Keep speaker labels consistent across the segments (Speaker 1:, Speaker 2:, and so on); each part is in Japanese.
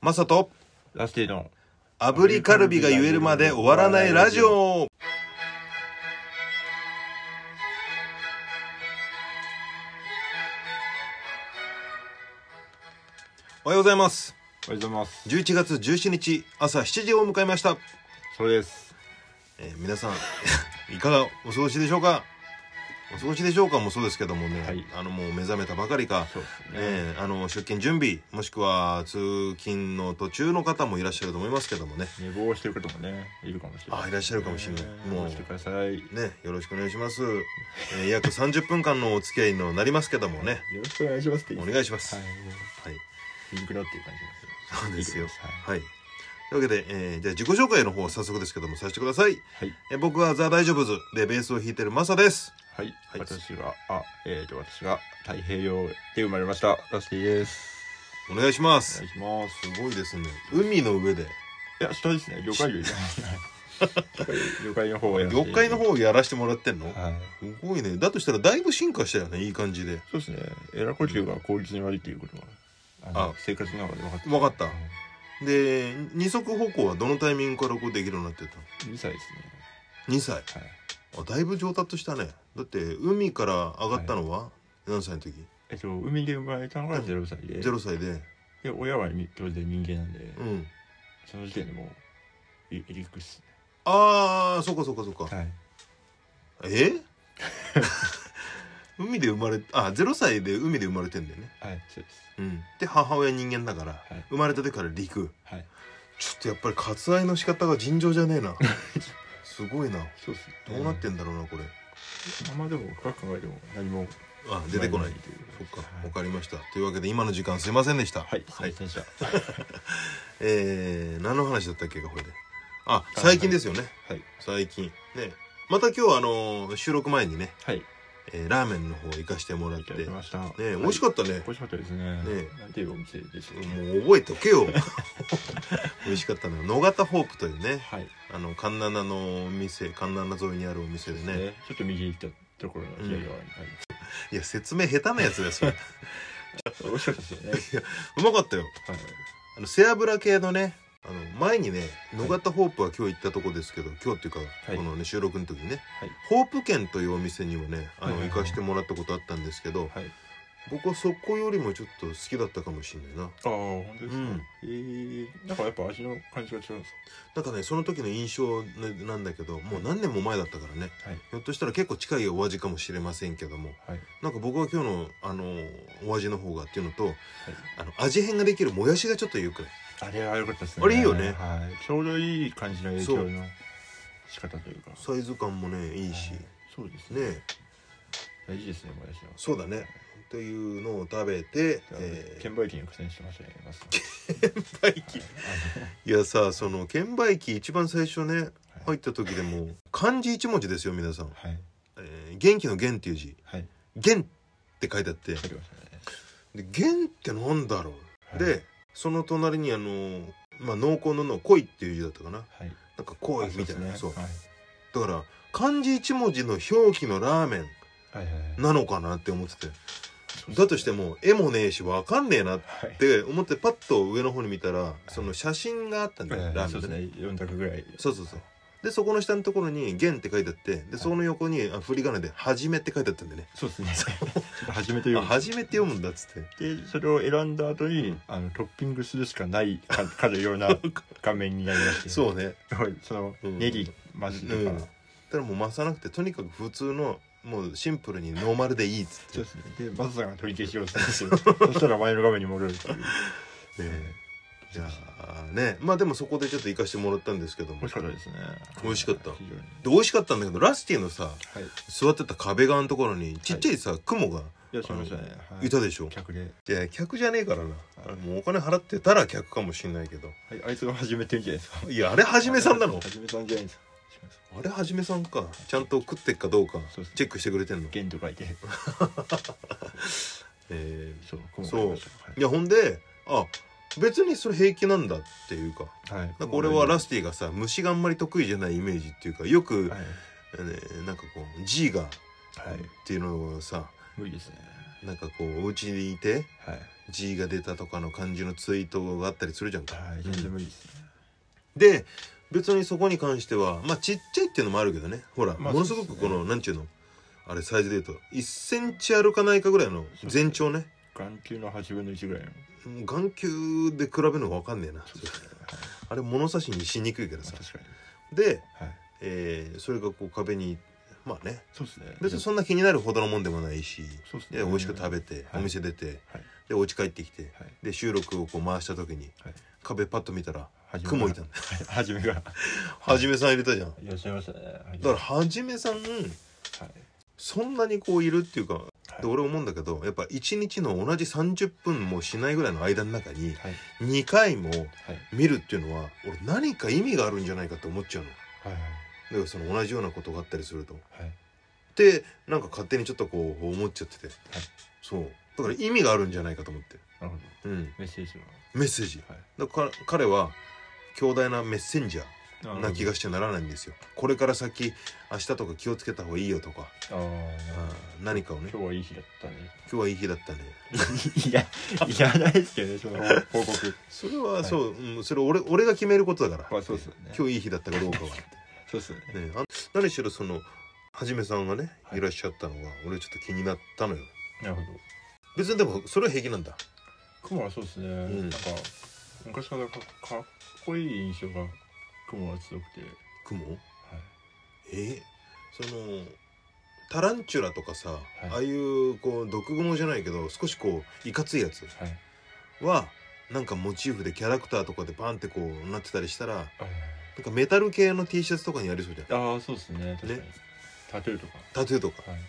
Speaker 1: マサと
Speaker 2: ラスティの
Speaker 1: 炙りカルビが言えるまで終わらないラジオおはようございます
Speaker 2: おはようございます
Speaker 1: 11月17日朝7時を迎えました、
Speaker 2: それです
Speaker 1: えー皆さん いかがお過ごしでしょうかお過ごしでしょうかもそうですけどもね、
Speaker 2: はい
Speaker 1: あのもう目覚めたばかりか
Speaker 2: そうですね
Speaker 1: ええあの出勤準備もしくは通勤の途中の方もいらっしゃると思いますけどもね
Speaker 2: 寝坊してる方もねいるかもしれない
Speaker 1: あいらっしゃるかもしれない
Speaker 2: ね
Speaker 1: もう
Speaker 2: お待ちくださいよ
Speaker 1: ねよろしくお願いします、えー約30分間のお付き合いになりますけどもね
Speaker 2: ろしくお願いしますって
Speaker 1: お
Speaker 2: 言って
Speaker 1: 願いします
Speaker 2: は
Speaker 1: はい、
Speaker 2: いいくなっていう感じ
Speaker 1: そうですよ
Speaker 2: は
Speaker 1: はいというわけで、えーじゃあ自己紹介の方早速ですけどもさせてください、
Speaker 2: はい
Speaker 1: えー僕はザ・大丈夫ズでベースを弾いてるマサです
Speaker 2: はい
Speaker 1: はい
Speaker 2: 私があえーと私が太平洋で生まれましたラスティです
Speaker 1: お願いしま
Speaker 2: お
Speaker 1: す
Speaker 2: 願いします
Speaker 1: すごいですね海の上で
Speaker 2: いや下ですね魚介類じゃない 魚介の方をやらせて
Speaker 1: 魚介の方をやらせてもらってんの、
Speaker 2: はい
Speaker 1: すごいねだとしたらだいぶ進化したよねいい感じで
Speaker 2: そうですねエラ呼吸が効率に悪いっていうことがあの
Speaker 1: あ
Speaker 2: 生活の中で分かった
Speaker 1: 分かったで二足歩行はどのタイミングからこうできるようになってた
Speaker 2: 2歳ですね
Speaker 1: の2歳
Speaker 2: はい
Speaker 1: あだいぶ上達したねだって海から上がったのは、何歳の時
Speaker 2: えっと、海で生まれたのが0歳で
Speaker 1: ?0 歳で
Speaker 2: で親は当然人間なんで、
Speaker 1: うん
Speaker 2: その時点でもういエリックス
Speaker 1: ああそっかそっかそっか
Speaker 2: はい
Speaker 1: え 海で生まれあ0歳で海で生まれてんだよね
Speaker 2: はいそうです
Speaker 1: うんで母親人間だから、
Speaker 2: はい
Speaker 1: 生まれた時から陸
Speaker 2: はい
Speaker 1: ちょっとやっぱり割愛の仕方が尋常じゃねえ なすごいな
Speaker 2: そうです
Speaker 1: どうなってんだろうなこれ
Speaker 2: あんまでも深く考えても何も
Speaker 1: あ出てこない
Speaker 2: という
Speaker 1: そっか
Speaker 2: はい
Speaker 1: わかりましたというわけで今の時間すいませんでした
Speaker 2: はいすいませんでした
Speaker 1: えー、何の話だったっけかこれであ最近ですよね、
Speaker 2: はい
Speaker 1: 最近ねまた今日あのー収録前にね、
Speaker 2: はい
Speaker 1: えーラーメンの方行かしてもらっ
Speaker 2: いた
Speaker 1: て
Speaker 2: だき
Speaker 1: ね
Speaker 2: ましたね
Speaker 1: 美味しかったね
Speaker 2: 美、味しかったですね
Speaker 1: ね
Speaker 2: なんていうお店でしたっけ
Speaker 1: もう覚えとけ よ美味しかったのが野方ホープというね
Speaker 2: はい
Speaker 1: あの環七のお店環七沿いにあるお店でね
Speaker 2: ねちょっと右行ったところの左側に、はい
Speaker 1: いや説明下手なやつですよ
Speaker 2: 美味しかったですよね
Speaker 1: うまかったよ
Speaker 2: はい
Speaker 1: あの背脂系のねあの前にね野方ホープは今日行ったとこですけど、今日っていうか、
Speaker 2: はい
Speaker 1: このね収録の時にね、
Speaker 2: はい
Speaker 1: ホープ軒というお店にもねあの、
Speaker 2: はいはいはい
Speaker 1: 行かしてもらったことあったんですけど、
Speaker 2: はい
Speaker 1: 僕はそこよりもちょっと好きだったかもしれないな
Speaker 2: ああ本当ですか、
Speaker 1: うん
Speaker 2: えー、なんかやっぱ味の感じが違うんです
Speaker 1: なんかねその時の印象ねなんだけどもう何年も前だったからね
Speaker 2: かはい
Speaker 1: ひょっとしたら結構近いお味かもしれませんけども
Speaker 2: はい
Speaker 1: なんか僕は今日のあのお味の方がっていうのとあの味変ができるもやしがちょっとよくない
Speaker 2: あれは良かったですね。
Speaker 1: あれいいよね
Speaker 2: はい。ちょうどいい感じの影響の仕方というか。
Speaker 1: サイズ感もねいいし、
Speaker 2: はいそうですね。
Speaker 1: ね
Speaker 2: 大事ですね、もやしは。
Speaker 1: そうだねというのを食べて、えー
Speaker 2: 券売機に苦戦してましたね。マスター
Speaker 1: 券売機いやさその券売機一番最初ね
Speaker 2: は
Speaker 1: 入った時でも漢字一文字ですよ皆さん、
Speaker 2: はい。
Speaker 1: えー元気の元っていう字
Speaker 2: はい。
Speaker 1: 元って書いてあって
Speaker 2: 書きましたね。
Speaker 1: で元ってなんだろう、
Speaker 2: はい
Speaker 1: でその隣にあの、まあ、濃厚のの恋っていう字だったかな
Speaker 2: はい。
Speaker 1: なんか恋みたいな
Speaker 2: あそ
Speaker 1: そうう
Speaker 2: ですね
Speaker 1: だから漢字一文字の表記のラーメン
Speaker 2: はいはいはいはい。
Speaker 1: なのかなって思ってて
Speaker 2: そうですね
Speaker 1: だとして。も絵もねえしわかんねえなっ
Speaker 2: はい。
Speaker 1: て思ってパッと上の方に見たらその写真があったんだよ、
Speaker 2: はい
Speaker 1: ラー
Speaker 2: そう
Speaker 1: メン
Speaker 2: で
Speaker 1: ですね
Speaker 2: ね。四択ぐらい。
Speaker 1: そうそうそうでそこの下のところに「元」って書いてあってでその横にあ振り仮名で「はじめ」って書いてあったんでね
Speaker 2: そうですね。ちょっと初めて
Speaker 1: 「あ
Speaker 2: 読む。
Speaker 1: はじめ」って読むんだっつって
Speaker 2: で、それを選んだ後に、あの、トッピングするしかないか、か のような画面になりまして。
Speaker 1: そうね
Speaker 2: はい。その、
Speaker 1: うん
Speaker 2: ネギ、マジと
Speaker 1: うん
Speaker 2: か。
Speaker 1: たらもう増さなくてとにかく普通のもうシンプルにノーマルでいいっつ
Speaker 2: そう
Speaker 1: っ
Speaker 2: ですね。で、マサさんが取り消しよう としたんですよ。そしたら前の画面に戻るっていう。
Speaker 1: て、ねじゃあねまあでもそこでちょっと行かしてもらったんですけど
Speaker 2: 美味
Speaker 1: も
Speaker 2: しかったですね。
Speaker 1: 美味しかった
Speaker 2: 非常に
Speaker 1: で美味しかったんだけどラスティのさ
Speaker 2: はい。
Speaker 1: 座ってた壁側のところにちっちゃいさ、雲が
Speaker 2: いや、しましたね。はい
Speaker 1: たでしょ、
Speaker 2: 客で。はい
Speaker 1: や客じゃねえからなあれもうお金払ってたら客かもしんないけど
Speaker 2: い、あいつが始めてんじゃないですか。
Speaker 1: いやあれはじめさんなの
Speaker 2: はじめさんじゃないですか。しました
Speaker 1: あれはじめさんかちゃんと食ってっかどうか
Speaker 2: そうです
Speaker 1: チェックしてくれてんの
Speaker 2: ゲンと書いて。
Speaker 1: え
Speaker 2: そう、こ
Speaker 1: そうーいやほんであ別にそれ平気なんだっていうか
Speaker 2: はい。
Speaker 1: なんか俺はラ
Speaker 2: ス
Speaker 1: スティがさ虫があんまり得意じゃないイメージっていうかよく、
Speaker 2: はい。
Speaker 1: えーなんかこう G がっ
Speaker 2: はい。
Speaker 1: ていうのをさ
Speaker 2: 無理ですね。
Speaker 1: なんかこうお家にいて
Speaker 2: はい
Speaker 1: G が出たとかの感じのツイートがあったりするじゃんか。
Speaker 2: はい
Speaker 1: うん
Speaker 2: とてもいいですね
Speaker 1: で別にそこに関してはまあちっちゃいっていうのもあるけどねほら、
Speaker 2: まあ
Speaker 1: ものすご
Speaker 2: そ
Speaker 1: く
Speaker 2: うです
Speaker 1: こ
Speaker 2: ね
Speaker 1: のなんちゅうのあれサイズで言うと1センチ歩かないかぐらいの全長ね
Speaker 2: 眼球の8分の1ぐらいの
Speaker 1: うん眼球で比べるのが分かんねえな
Speaker 2: そうですねはい
Speaker 1: あれ物差しにしにくいから
Speaker 2: まあ
Speaker 1: さ
Speaker 2: 確かに
Speaker 1: で、
Speaker 2: はい
Speaker 1: えーそれがこう壁にまあね
Speaker 2: そうですね
Speaker 1: 別にそんな気になるほどのもんでもないし
Speaker 2: そうですね
Speaker 1: で美味しく食べて、
Speaker 2: は
Speaker 1: お
Speaker 2: い
Speaker 1: 店出て、
Speaker 2: はい
Speaker 1: でお家帰ってきて
Speaker 2: はい
Speaker 1: で収録をこう回した時に
Speaker 2: はい
Speaker 1: 壁パッと見たら
Speaker 2: はじめが
Speaker 1: 雲いたんだ
Speaker 2: はいはじめが
Speaker 1: はじめさん入れたじゃんだ
Speaker 2: いらっしゃいましたねはじめ
Speaker 1: からはじめさん
Speaker 2: はい
Speaker 1: そんなにこういるっていうか
Speaker 2: はい
Speaker 1: で俺思うんだけどやっぱ1日の同じ30分もしないぐらいの間の中に
Speaker 2: はい
Speaker 1: 2回も
Speaker 2: はい
Speaker 1: 見るっていうのは俺何か意味があるんじゃないかって思っちゃうの。
Speaker 2: はい
Speaker 1: だからその同じようなことがあったりすると。っ
Speaker 2: はい
Speaker 1: てなんか勝手にちょっとこう思っちゃってて、そうだから意味があるんじゃないかと思って、
Speaker 2: なるほど
Speaker 1: うん、
Speaker 2: メッセージの
Speaker 1: メッセージ
Speaker 2: はい
Speaker 1: だから彼は強大なメッセンジャーな気が
Speaker 2: し
Speaker 1: してならないんですよ。これから先明日とか気をつけた方がいいよとか
Speaker 2: あーなるほど
Speaker 1: あー何かをね
Speaker 2: 今日はいい日だったね
Speaker 1: 今日はいい日だったね
Speaker 2: いやいらないですけどねその報告
Speaker 1: それはそう、うん、それ俺俺が決めることだから、
Speaker 2: まあそうっすよね
Speaker 1: 今日いい日だったかどうかは、ね
Speaker 2: そうですよね
Speaker 1: あ何しろそのはじめさんがね
Speaker 2: はい
Speaker 1: いらっしゃったのが、俺ちょっと気になったのよ
Speaker 2: なるほど
Speaker 1: 別にでもそれは平気なんだ
Speaker 2: 雲はそうですね、
Speaker 1: ん
Speaker 2: なんか昔からかかっこいい印象が雲は強くて、
Speaker 1: 雲
Speaker 2: はい、
Speaker 1: えそのタランチュラとかさ、
Speaker 2: い
Speaker 1: ああいうこう毒蜘蛛じゃないけど少しこういかついやつ
Speaker 2: はい
Speaker 1: はなんかモチーフでキャラクターとかでバンってこうなってたりしたら
Speaker 2: はい
Speaker 1: なんかメタル系の T シャツとかにやりそうじゃん
Speaker 2: ああそうですね確かに
Speaker 1: ね
Speaker 2: タトゥーとか
Speaker 1: タトゥーとか
Speaker 2: はい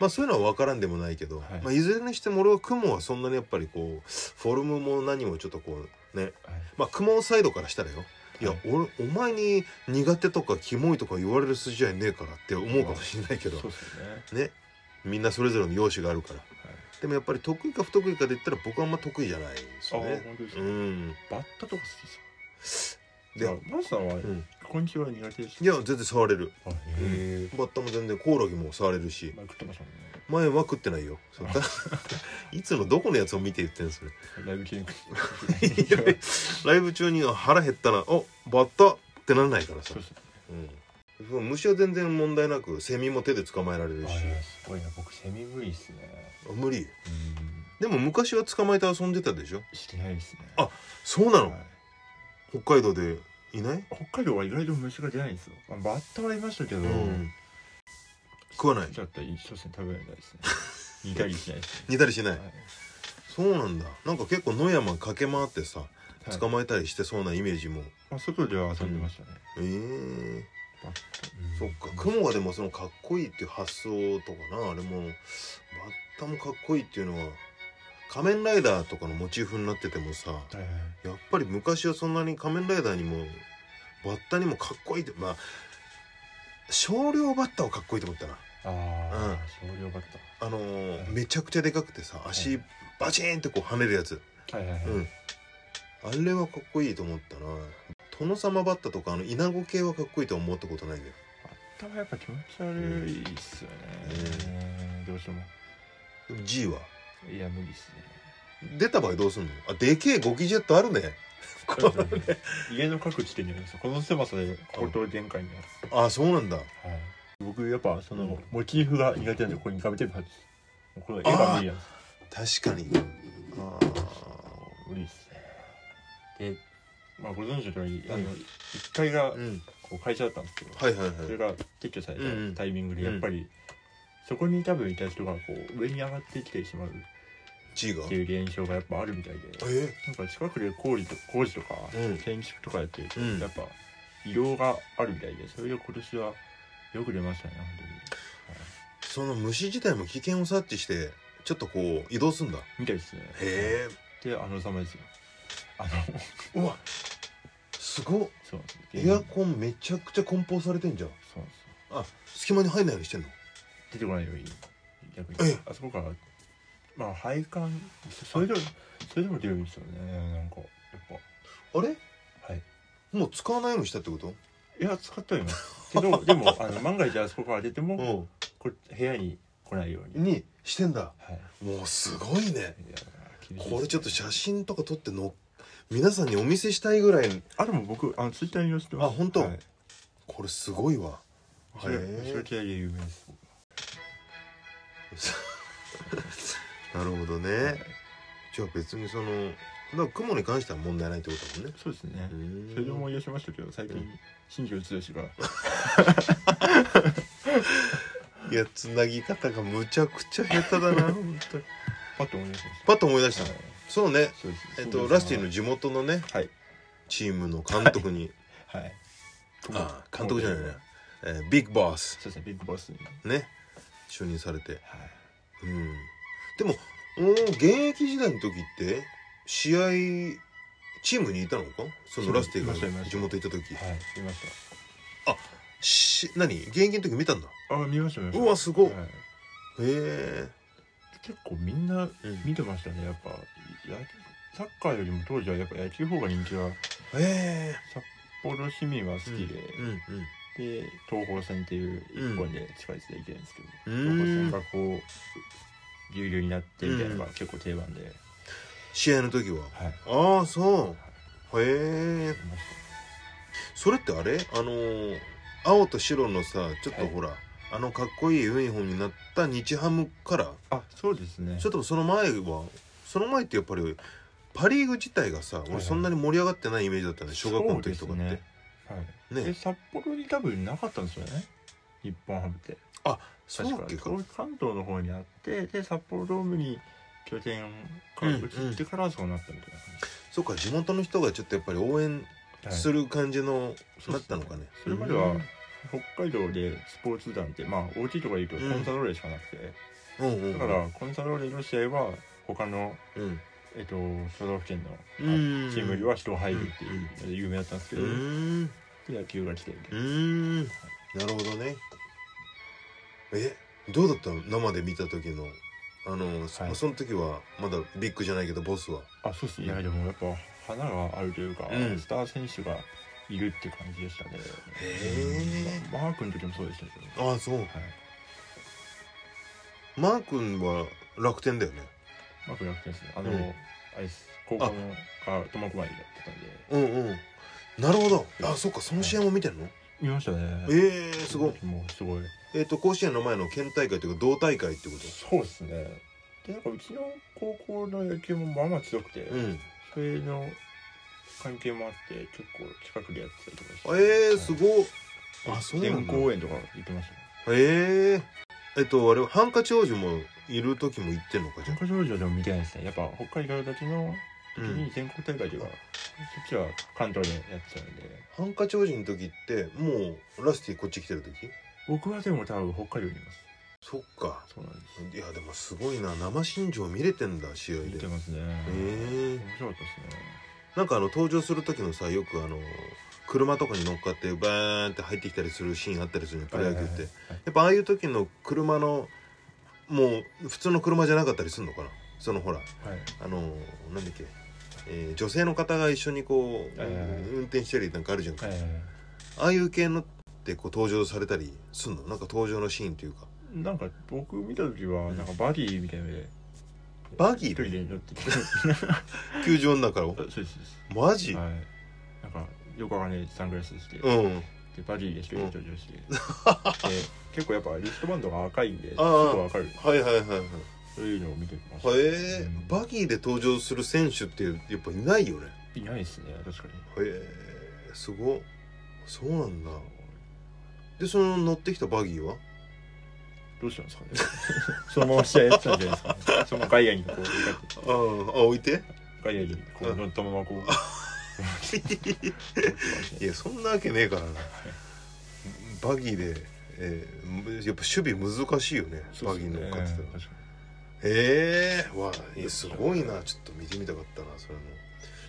Speaker 1: まあそういうのは分からんでもないけど、
Speaker 2: はい
Speaker 1: まあ、いずれにしても俺は雲はそんなにやっぱりこうフォルムも何もちょっとこうね
Speaker 2: はい
Speaker 1: まあ雲サイドからしたらよいや、
Speaker 2: はい
Speaker 1: 俺お前に苦手とかキモいとか言われる筋合いねえからって思うかもしれないけど
Speaker 2: そうですよね
Speaker 1: ねみんなそれぞれの容姿があるから
Speaker 2: はい
Speaker 1: でもやっぱり得意か不得意かで言ったら僕はあんま得意じゃないです
Speaker 2: ああ
Speaker 1: よね
Speaker 2: 本当です
Speaker 1: う
Speaker 2: か、
Speaker 1: ん
Speaker 2: バッタとか好きです
Speaker 1: で、
Speaker 2: かマスさんは、
Speaker 1: うん、
Speaker 2: こんにちは苦手ですか
Speaker 1: いや全然触れる
Speaker 2: あへえ
Speaker 1: バッタも全然コオロギも触れるし
Speaker 2: 前食ってましたもんね
Speaker 1: 前は食ってないよそう いつのどこのやつを見て言ってんのそれ
Speaker 2: ライブ中に 食
Speaker 1: い
Speaker 2: って
Speaker 1: や
Speaker 2: ました
Speaker 1: ライブ中には腹減ったなおバッタってなんないからさ
Speaker 2: そう ですね
Speaker 1: うんそう虫は全然問題なくセミも手で捕まえられるし
Speaker 2: あすごいな僕セミ無理っすね
Speaker 1: あ無理
Speaker 2: うん
Speaker 1: でも昔は捕まえて遊んでたでしょ
Speaker 2: してないですね
Speaker 1: あそうなの、
Speaker 2: はい
Speaker 1: 北海道でいない
Speaker 2: 北海道は意外と虫が出ないんですよまあバッタはいましたけど、
Speaker 1: うん食わない
Speaker 2: ちょっと一緒に食べられないですね 煮たりしないですね
Speaker 1: 似たりしない、
Speaker 2: はい
Speaker 1: そうなんだなんか結構野山駆け回ってさ
Speaker 2: はい
Speaker 1: 捕まえたりしてそうなイメージも、
Speaker 2: まあ、外では遊んでましたね、
Speaker 1: ええ
Speaker 2: バッ
Speaker 1: ー、そっか
Speaker 2: 雲
Speaker 1: 雲がでもそのかっこいいっていう発想とかなあれもバッタもかっこいいっていうのは仮面ライダーとかのモチーフになっててもさ
Speaker 2: はいはい
Speaker 1: やっぱり昔はそんなに仮面ライダーにもバッタにもかっこいいってまあ少量バッタはかっこいいと思ったな
Speaker 2: ああ、少量バッ
Speaker 1: あのー
Speaker 2: はい
Speaker 1: めちゃくちゃでかくてさ足バチーンってこう跳ねるやつ
Speaker 2: タはいはいはい、
Speaker 1: うんあれはかっこいいと思ったな殿様バッタとかあのイナゴ系はかっこいいとは思ったことないんだよ
Speaker 2: バッタはやっぱ気持ち悪いっすよね、どうしても
Speaker 1: G はい
Speaker 2: や無理っすね
Speaker 1: 出た場合どうすんのあでけえゴキジェットあるね この
Speaker 2: 家の各地点にありますこの狭さで高等限界にある、
Speaker 1: あそうなんだ
Speaker 2: はい、僕やっぱそのモチーフが苦手なんでここに壁テープ貼ってますこの絵が無理なんです
Speaker 1: 確かにあ
Speaker 2: 無理っすねでまあご存知のようにあの1階が
Speaker 1: ーうん
Speaker 2: こう会社だったんですけど、
Speaker 1: はいはい
Speaker 2: そ
Speaker 1: は
Speaker 2: れ
Speaker 1: い
Speaker 2: が撤去され
Speaker 1: うんうん
Speaker 2: たタイミングでやっぱり、そこに多分いた人がこう上に上がってきてしまう
Speaker 1: G が
Speaker 2: って
Speaker 1: え
Speaker 2: いう現象がやっぱあるみたいで
Speaker 1: ー
Speaker 2: なんか近くで工事と工事とか
Speaker 1: うん
Speaker 2: 建築とかやってると
Speaker 1: うん
Speaker 2: やっぱ異様があるみたいでそれで今年はよく出ましたね
Speaker 1: その虫自体も危険を察知してちょっとこう移動すんだ
Speaker 2: 本当にみたいですね
Speaker 1: へ
Speaker 2: であの様ですよあの
Speaker 1: えうわすごっ
Speaker 2: そうなんです
Speaker 1: エアコンめちゃくちゃ梱包されてんじゃん
Speaker 2: そうなんですよ
Speaker 1: あ隙間に入んないようにしてんの
Speaker 2: 出てこないように逆に
Speaker 1: え
Speaker 2: あそこからまあ配管そそれでもそれでも出るんですよねなんかやっ
Speaker 1: あれ
Speaker 2: ぱはい
Speaker 1: もう使わないようにしたってこと
Speaker 2: いや使ってはい ますけどでもあの万が一あそこから出ても、
Speaker 1: う
Speaker 2: これ部屋に来ないように
Speaker 1: んにしてんだ
Speaker 2: はい
Speaker 1: もうすごいね
Speaker 2: いやー厳しいですね
Speaker 1: これちょっと写真とか撮っての皆さんにお見せしたいぐらい
Speaker 2: あでも僕あのツイッターに載せてます
Speaker 1: あ本当
Speaker 2: はい、
Speaker 1: これすごいわ
Speaker 2: それ
Speaker 1: へー
Speaker 2: それ系で有名です僕
Speaker 1: なるほど
Speaker 2: はい
Speaker 1: ねじゃあ別にそのだから雲に関しては問題ないってことだもんね
Speaker 2: そうですね
Speaker 1: うーん
Speaker 2: それで思い出しましたけど最近新庄剛志が
Speaker 1: いやつなぎ方がむちゃくちゃ下手だ な本当に
Speaker 2: パッと思い出しました
Speaker 1: パッと思い出した、
Speaker 2: はい
Speaker 1: そうね
Speaker 2: そうです
Speaker 1: えっ
Speaker 2: そう
Speaker 1: と
Speaker 2: で
Speaker 1: ラ
Speaker 2: す
Speaker 1: スティの地元のね
Speaker 2: はい
Speaker 1: チームの監督に、
Speaker 2: はい
Speaker 1: あ監督じゃないね、えービッグボス
Speaker 2: そうですねビッグボスに
Speaker 1: ね就任されて
Speaker 2: はい
Speaker 1: うんでもうん現役時代の時って試合チームにいたのかそのラスティが
Speaker 2: いましたいました
Speaker 1: 地元行った時
Speaker 2: はい見まし
Speaker 1: し何現役の時見たんだ
Speaker 2: たあ見ました見ました
Speaker 1: うわすごっ
Speaker 2: い
Speaker 1: へえ
Speaker 2: 結構みんな
Speaker 1: うん
Speaker 2: 見てましたねやっぱやサッカーよりも当時はやっぱ野球方が人気は
Speaker 1: へえ
Speaker 2: 札幌市民は好きで、
Speaker 1: うんうん
Speaker 2: で東邦線っていう一本で近いで行けるんですけど、
Speaker 1: う
Speaker 2: 東邦線
Speaker 1: ー
Speaker 2: が
Speaker 1: ん
Speaker 2: こうぎゅうぎゅうになってみたいなのが結構定番で、
Speaker 1: 試合の時は
Speaker 2: はい
Speaker 1: ああそうへえ
Speaker 2: 見まし
Speaker 1: それってあれあのー青と白のさちょっと
Speaker 2: はい
Speaker 1: ほら、あのかっこいいユニフォームになった日ハムから
Speaker 2: たあそうですね
Speaker 1: ちょっとその前はその前ってやっぱりパ・リーグ自体がさ
Speaker 2: はい
Speaker 1: 俺そんなに盛り上がってないイメージだったね小学校の時とかっ
Speaker 2: そうで
Speaker 1: て
Speaker 2: すはい
Speaker 1: ね
Speaker 2: で札幌に多分なかったんですよね日本ハムって
Speaker 1: そうだっけか
Speaker 2: 東関東の方にあってで札幌ドームに拠点から移ってからそうなったみたいな感
Speaker 1: そうか地元の人がちょっとやっぱり応援
Speaker 2: じ、はい
Speaker 1: する感じの、
Speaker 2: そう
Speaker 1: な
Speaker 2: で
Speaker 1: っ
Speaker 2: す
Speaker 1: た
Speaker 2: ね
Speaker 1: のかね
Speaker 2: それまでは北海道でスポーツ団ってまあ大きいところで言う
Speaker 1: うん
Speaker 2: とコンサドーレしかなくて、
Speaker 1: うんうんうん
Speaker 2: だからコンサドーレの試合は他の、
Speaker 1: うん
Speaker 2: えっと、都道府県の
Speaker 1: う
Speaker 2: あ
Speaker 1: ん
Speaker 2: チームよりは人入るっていうので有名だったんですけ
Speaker 1: う
Speaker 2: ど、
Speaker 1: ーん
Speaker 2: で野球が来てるみた
Speaker 1: う
Speaker 2: い
Speaker 1: ー
Speaker 2: な
Speaker 1: んなるほどねえどうだったの生で見た時のあの、そ
Speaker 2: はい
Speaker 1: その時はまだビッグじゃないけどボスは
Speaker 2: あそうですねいやでもやっぱ花があるというか、
Speaker 1: うん
Speaker 2: スター選手がいるって感じでしたね
Speaker 1: へ
Speaker 2: まマー君の時もそうでしたけど、
Speaker 1: ああそう
Speaker 2: はい、
Speaker 1: マー君は楽天だよね
Speaker 2: マー君楽天ですねあの、
Speaker 1: うん
Speaker 2: あれです高校のか苫小牧だってたんで
Speaker 1: うんうんなるほどあそっかその試合も見てるの、
Speaker 2: 見ましたね
Speaker 1: ええすごい
Speaker 2: もうすごい
Speaker 1: えっ、と甲子園の前の県大会というか同大会ってこ
Speaker 2: そうですねでなんかうちの高校の野球もまあまあ強くて、
Speaker 1: とうん
Speaker 2: それの関係もあって結構近くでやってたりとかして
Speaker 1: ええす
Speaker 2: い
Speaker 1: ごいあそうなん
Speaker 2: 全
Speaker 1: だ
Speaker 2: 公演とか行きましたね
Speaker 1: えええっとあれはハンカチ王子もいる時も行ってんのかじゃ
Speaker 2: 全
Speaker 1: あ
Speaker 2: 国道場でも見てないですねやっぱ北海道たちの時
Speaker 1: うん
Speaker 2: に全国大会というか、そっちは関東でやってたんで
Speaker 1: ハンカチ王子の時ってもうラスティこっち来てる時
Speaker 2: 僕はでも多分北海道にいます
Speaker 1: そっか
Speaker 2: そうなんです
Speaker 1: いやでもすごいな生新庄見れてんだ試合
Speaker 2: 見
Speaker 1: で
Speaker 2: て
Speaker 1: へ
Speaker 2: ますね
Speaker 1: え
Speaker 2: 面白かったですね
Speaker 1: なんかあの登場する時のさよくあの車とかに乗っかってバーンって入ってきたりするシーンあったりするねプロ野球って、
Speaker 2: はいはい
Speaker 1: やっぱああいう時の車のもう普通の車じゃなかったりするのかなそのほら
Speaker 2: はいはい
Speaker 1: あのなんだっけ、えー女性の方が一緒にこう、
Speaker 2: はいはいはい
Speaker 1: 運転したりなんかあるじゃんか、
Speaker 2: はいはいはい
Speaker 1: ああいう系のってこう登場されたりすんのなんか登場のシーンというか
Speaker 2: なんか僕見た時はなんかバギーみたいなので
Speaker 1: バギー
Speaker 2: 一人で乗って きて
Speaker 1: 球場の中を
Speaker 2: そうですそうです
Speaker 1: マジ、
Speaker 2: はいなんかよくわかんないサングラスして、
Speaker 1: う
Speaker 2: で
Speaker 1: ん
Speaker 2: バギーで一人で登場して、で結構やっぱリストバンドが赤いんでち
Speaker 1: あ
Speaker 2: ょ
Speaker 1: あ
Speaker 2: っとわかる
Speaker 1: はいはいはいはい
Speaker 2: そういうのを見てました
Speaker 1: へえ
Speaker 2: うん
Speaker 1: バギーで登場する選手ってやっぱいないよね
Speaker 2: いないですね確かに
Speaker 1: へえすごっそうなんだでその乗ってきたバギーは
Speaker 2: どうしたんですかね そのまま試合やってたんじゃないですか、ね、その外野にこう向かって
Speaker 1: ああ置いて
Speaker 2: 外野にこう乗ったままこう
Speaker 1: いやそんなわけねえからなバギーで、えーやっぱ守備難しいよねバギー乗っかってたら
Speaker 2: 確かに
Speaker 1: ええわいやすごいなちょっと見てみたかったなそれも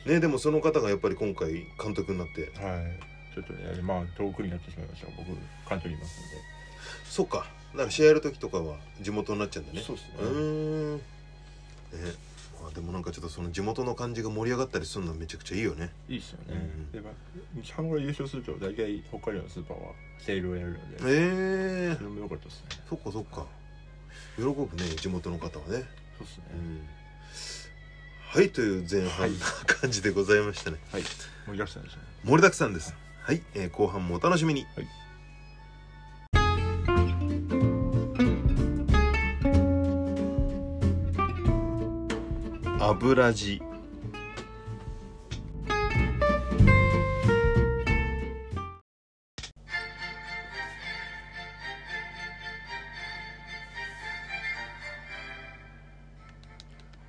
Speaker 1: ねでもその方がやっぱり今回監督になって
Speaker 2: はいちょっとねまあ遠くになってしまいましたが僕関東にいますんで
Speaker 1: そっかだから試合やる時とかは地元になっちゃうんだね
Speaker 2: そうっすね
Speaker 1: うーんねまあでもなんかちょっとその地元の感じが盛り上がったりするのはめちゃくちゃいいよね
Speaker 2: いいですよね、
Speaker 1: うん
Speaker 2: でまあ日ハムが優勝すると大体北海道のスーパーはセールをやるので
Speaker 1: ええ
Speaker 2: それも良かったですね
Speaker 1: そっかそっか喜ぶね地元の方はね、
Speaker 2: そうですね
Speaker 1: う、んはいという前
Speaker 2: は
Speaker 1: 半
Speaker 2: い
Speaker 1: な感じでございましたね、
Speaker 2: はい盛りだくさんですね
Speaker 1: 盛りだくさんですはい、えー後半もお楽しみに
Speaker 2: はい
Speaker 1: 油地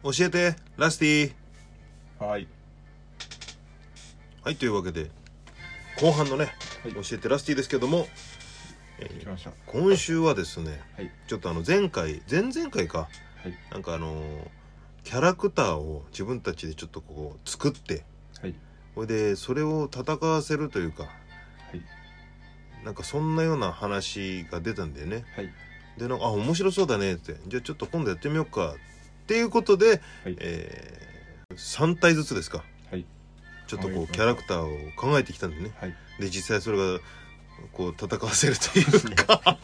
Speaker 1: 教えてラスティ
Speaker 2: はい
Speaker 1: はいというわけで後半のね、
Speaker 2: はい
Speaker 1: 教えてラスティですけども
Speaker 2: 来ました
Speaker 1: 今週はですね
Speaker 2: はい
Speaker 1: ちょっとあの前回前々回か
Speaker 2: はい
Speaker 1: なんかあのーキャラクターを自分たちでちょっとこう作って
Speaker 2: はい
Speaker 1: それでそれを戦わせるというか
Speaker 2: はい
Speaker 1: なんかそんなような話が出たんだよね
Speaker 2: はい
Speaker 1: でなんかあ面白そうだねってじゃあちょっと今度やってみようかっていうことで、
Speaker 2: はい
Speaker 1: えー、3体ずつですか
Speaker 2: はい
Speaker 1: ちょっとこ
Speaker 2: は
Speaker 1: う
Speaker 2: い
Speaker 1: キャラクターを考えてきたんでね
Speaker 2: はい
Speaker 1: で実際それがこう戦わせるというか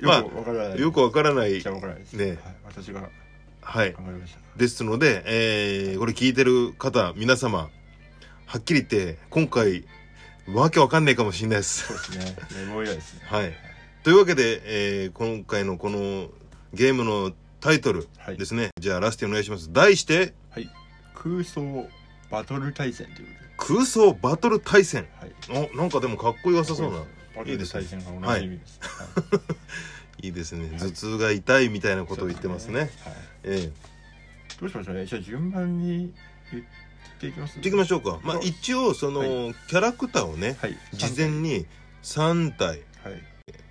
Speaker 2: まあよよくわから ない
Speaker 1: よくわからない
Speaker 2: じゃわからないです
Speaker 1: ね
Speaker 2: はい、私が
Speaker 1: はい
Speaker 2: 考えました
Speaker 1: ですので、えーこれ聞いてる方皆様はっきり言って今回わけわかんないかもしれないです。
Speaker 2: そうですねメモ以来ですね
Speaker 1: はい、というわけで、えー今回のこのゲームのタイトル
Speaker 2: はい
Speaker 1: ですね、じゃあラスティお願いします題して
Speaker 2: 空想バトル対戦というこ
Speaker 1: 空想バトル対戦
Speaker 2: とではい
Speaker 1: おなんかでもかっこよさそうな
Speaker 2: バトル対戦が同じ意味ですはい
Speaker 1: いいですね、
Speaker 2: い
Speaker 1: 頭痛が痛いみたいなことを言ってますね
Speaker 2: はい
Speaker 1: ええ
Speaker 2: どうしましょうねじゃあ順番に言っていきます
Speaker 1: 行ってきましょうか、まあ、一応その、
Speaker 2: は
Speaker 1: キャラクターをね
Speaker 2: はい
Speaker 1: 事前に3体
Speaker 2: はい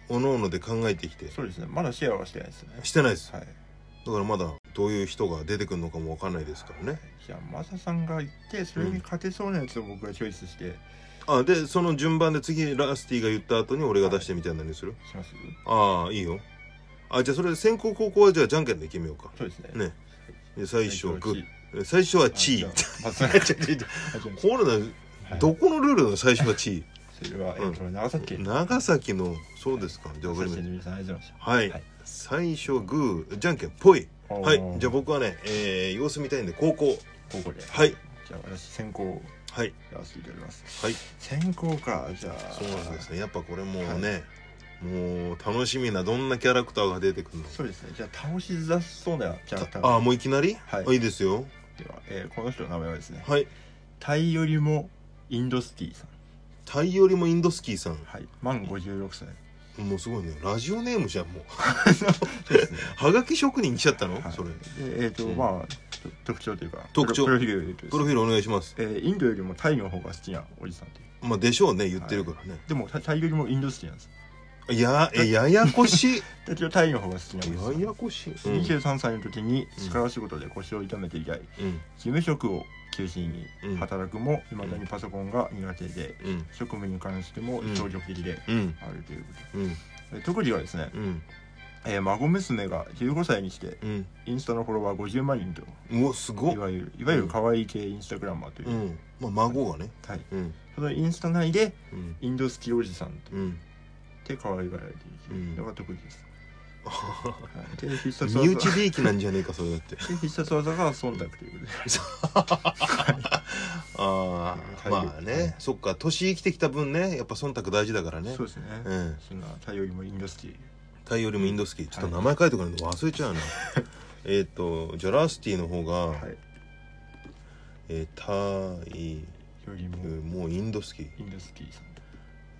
Speaker 1: おのおので考えてきて
Speaker 2: そうですねまだシェアはしてないですね
Speaker 1: してないです
Speaker 2: はい
Speaker 1: だからまだどういう人が出てくるのかもわかんないですからね
Speaker 2: じゃあマサさんが言ってそれに勝てそうなやつを僕がチョイスして
Speaker 1: あでその順番で次ラスティが言った後に俺が出してみたいなのにする、
Speaker 2: します
Speaker 1: ああいいよあじゃあそれ先攻後攻はじゃあじゃんけんで決めようか
Speaker 2: そうですね
Speaker 1: ねで最初はグ
Speaker 2: じゃ
Speaker 1: ーえ最初は
Speaker 2: あ
Speaker 1: チー
Speaker 2: マサさん
Speaker 1: 違う違う違う これだ
Speaker 2: はい
Speaker 1: どこのルールなの最初はチ
Speaker 2: それは、えっと、長崎
Speaker 1: ー
Speaker 2: 県
Speaker 1: 長崎のそうですかじゃあ
Speaker 2: 長
Speaker 1: 分かり
Speaker 2: 崎
Speaker 1: まし
Speaker 2: 県の皆さんありがとうございました
Speaker 1: はい、
Speaker 2: はい
Speaker 1: 最初グーじゃんけんぽい
Speaker 2: た
Speaker 1: はいじゃあ僕はね、えー様子見たいんで後攻
Speaker 2: 高校で
Speaker 1: はい
Speaker 2: じゃあ私先行
Speaker 1: はい
Speaker 2: やらせていただきます
Speaker 1: はい
Speaker 2: 先行かじゃあ
Speaker 1: そうなんですねやっぱこれもう
Speaker 2: はい
Speaker 1: ね、もう楽しみなどんなキャラクターが出てくるの
Speaker 2: そうですねじゃあ倒しづらそうなキャラクター
Speaker 1: ああもういきなり、
Speaker 2: はい
Speaker 1: あいいですよ
Speaker 2: では、えーこの人の名前はですね
Speaker 1: はい
Speaker 2: タイよりもインドスティさん
Speaker 1: タイよりもインドスキーさん
Speaker 2: はい満56歳
Speaker 1: もうすごいねラジオネームじゃんもう
Speaker 2: そうですね
Speaker 1: はがき職人来ちゃったの、
Speaker 2: はい
Speaker 1: それ
Speaker 2: でえっ、と、
Speaker 1: うん
Speaker 2: まあと特徴というか
Speaker 1: 特徴
Speaker 2: プロプロフィールで言うとです
Speaker 1: プロ
Speaker 2: ね
Speaker 1: フィールお願いします
Speaker 2: えーインドよりもタイの方が好きなおじさんという
Speaker 1: まあでしょうね言ってるからね、
Speaker 2: でもタタイよりもインドスティなんです
Speaker 1: い、やえややこ しい
Speaker 2: で一応タイの方が好きなおじさん
Speaker 1: ややこしい、うん
Speaker 2: 23歳の時に力仕事で腰を痛めて以来
Speaker 1: うん
Speaker 2: 事務職を中心に働くもいまだにパソコンが苦手で
Speaker 1: うん
Speaker 2: 職務に関しても消極的で
Speaker 1: うん
Speaker 2: あるということ
Speaker 1: うん
Speaker 2: で特技はですね、
Speaker 1: うん
Speaker 2: えー孫娘が15歳にして
Speaker 1: うん
Speaker 2: インスタのフォロワー50万人と
Speaker 1: うわすごっ
Speaker 2: いわゆるいわゆる可愛い系インスタグラマーという、
Speaker 1: うんまあ孫がね
Speaker 2: はい、
Speaker 1: うん
Speaker 2: そのインスタ内で
Speaker 1: うん
Speaker 2: インド好きおじさんと
Speaker 1: うん
Speaker 2: って可愛がられているのが特技です、はい、で必殺
Speaker 1: 身
Speaker 2: 技
Speaker 1: 内利益なんじゃねえかそれだ って
Speaker 2: で 必殺技が忖度ということで
Speaker 1: ああ
Speaker 2: 体力
Speaker 1: まあねそっか年生きてきた分ねやっぱ忖度大事だからね
Speaker 2: そうですね、
Speaker 1: うん
Speaker 2: そんなタイよりもインドスティ
Speaker 1: 太陽よりもインド好きちょっと名前書いておかないと忘れちゃうな えっとじゃあラスティの方が、
Speaker 2: はい
Speaker 1: えー、タイ
Speaker 2: よりも
Speaker 1: もうインド好き、
Speaker 2: インドスキーさん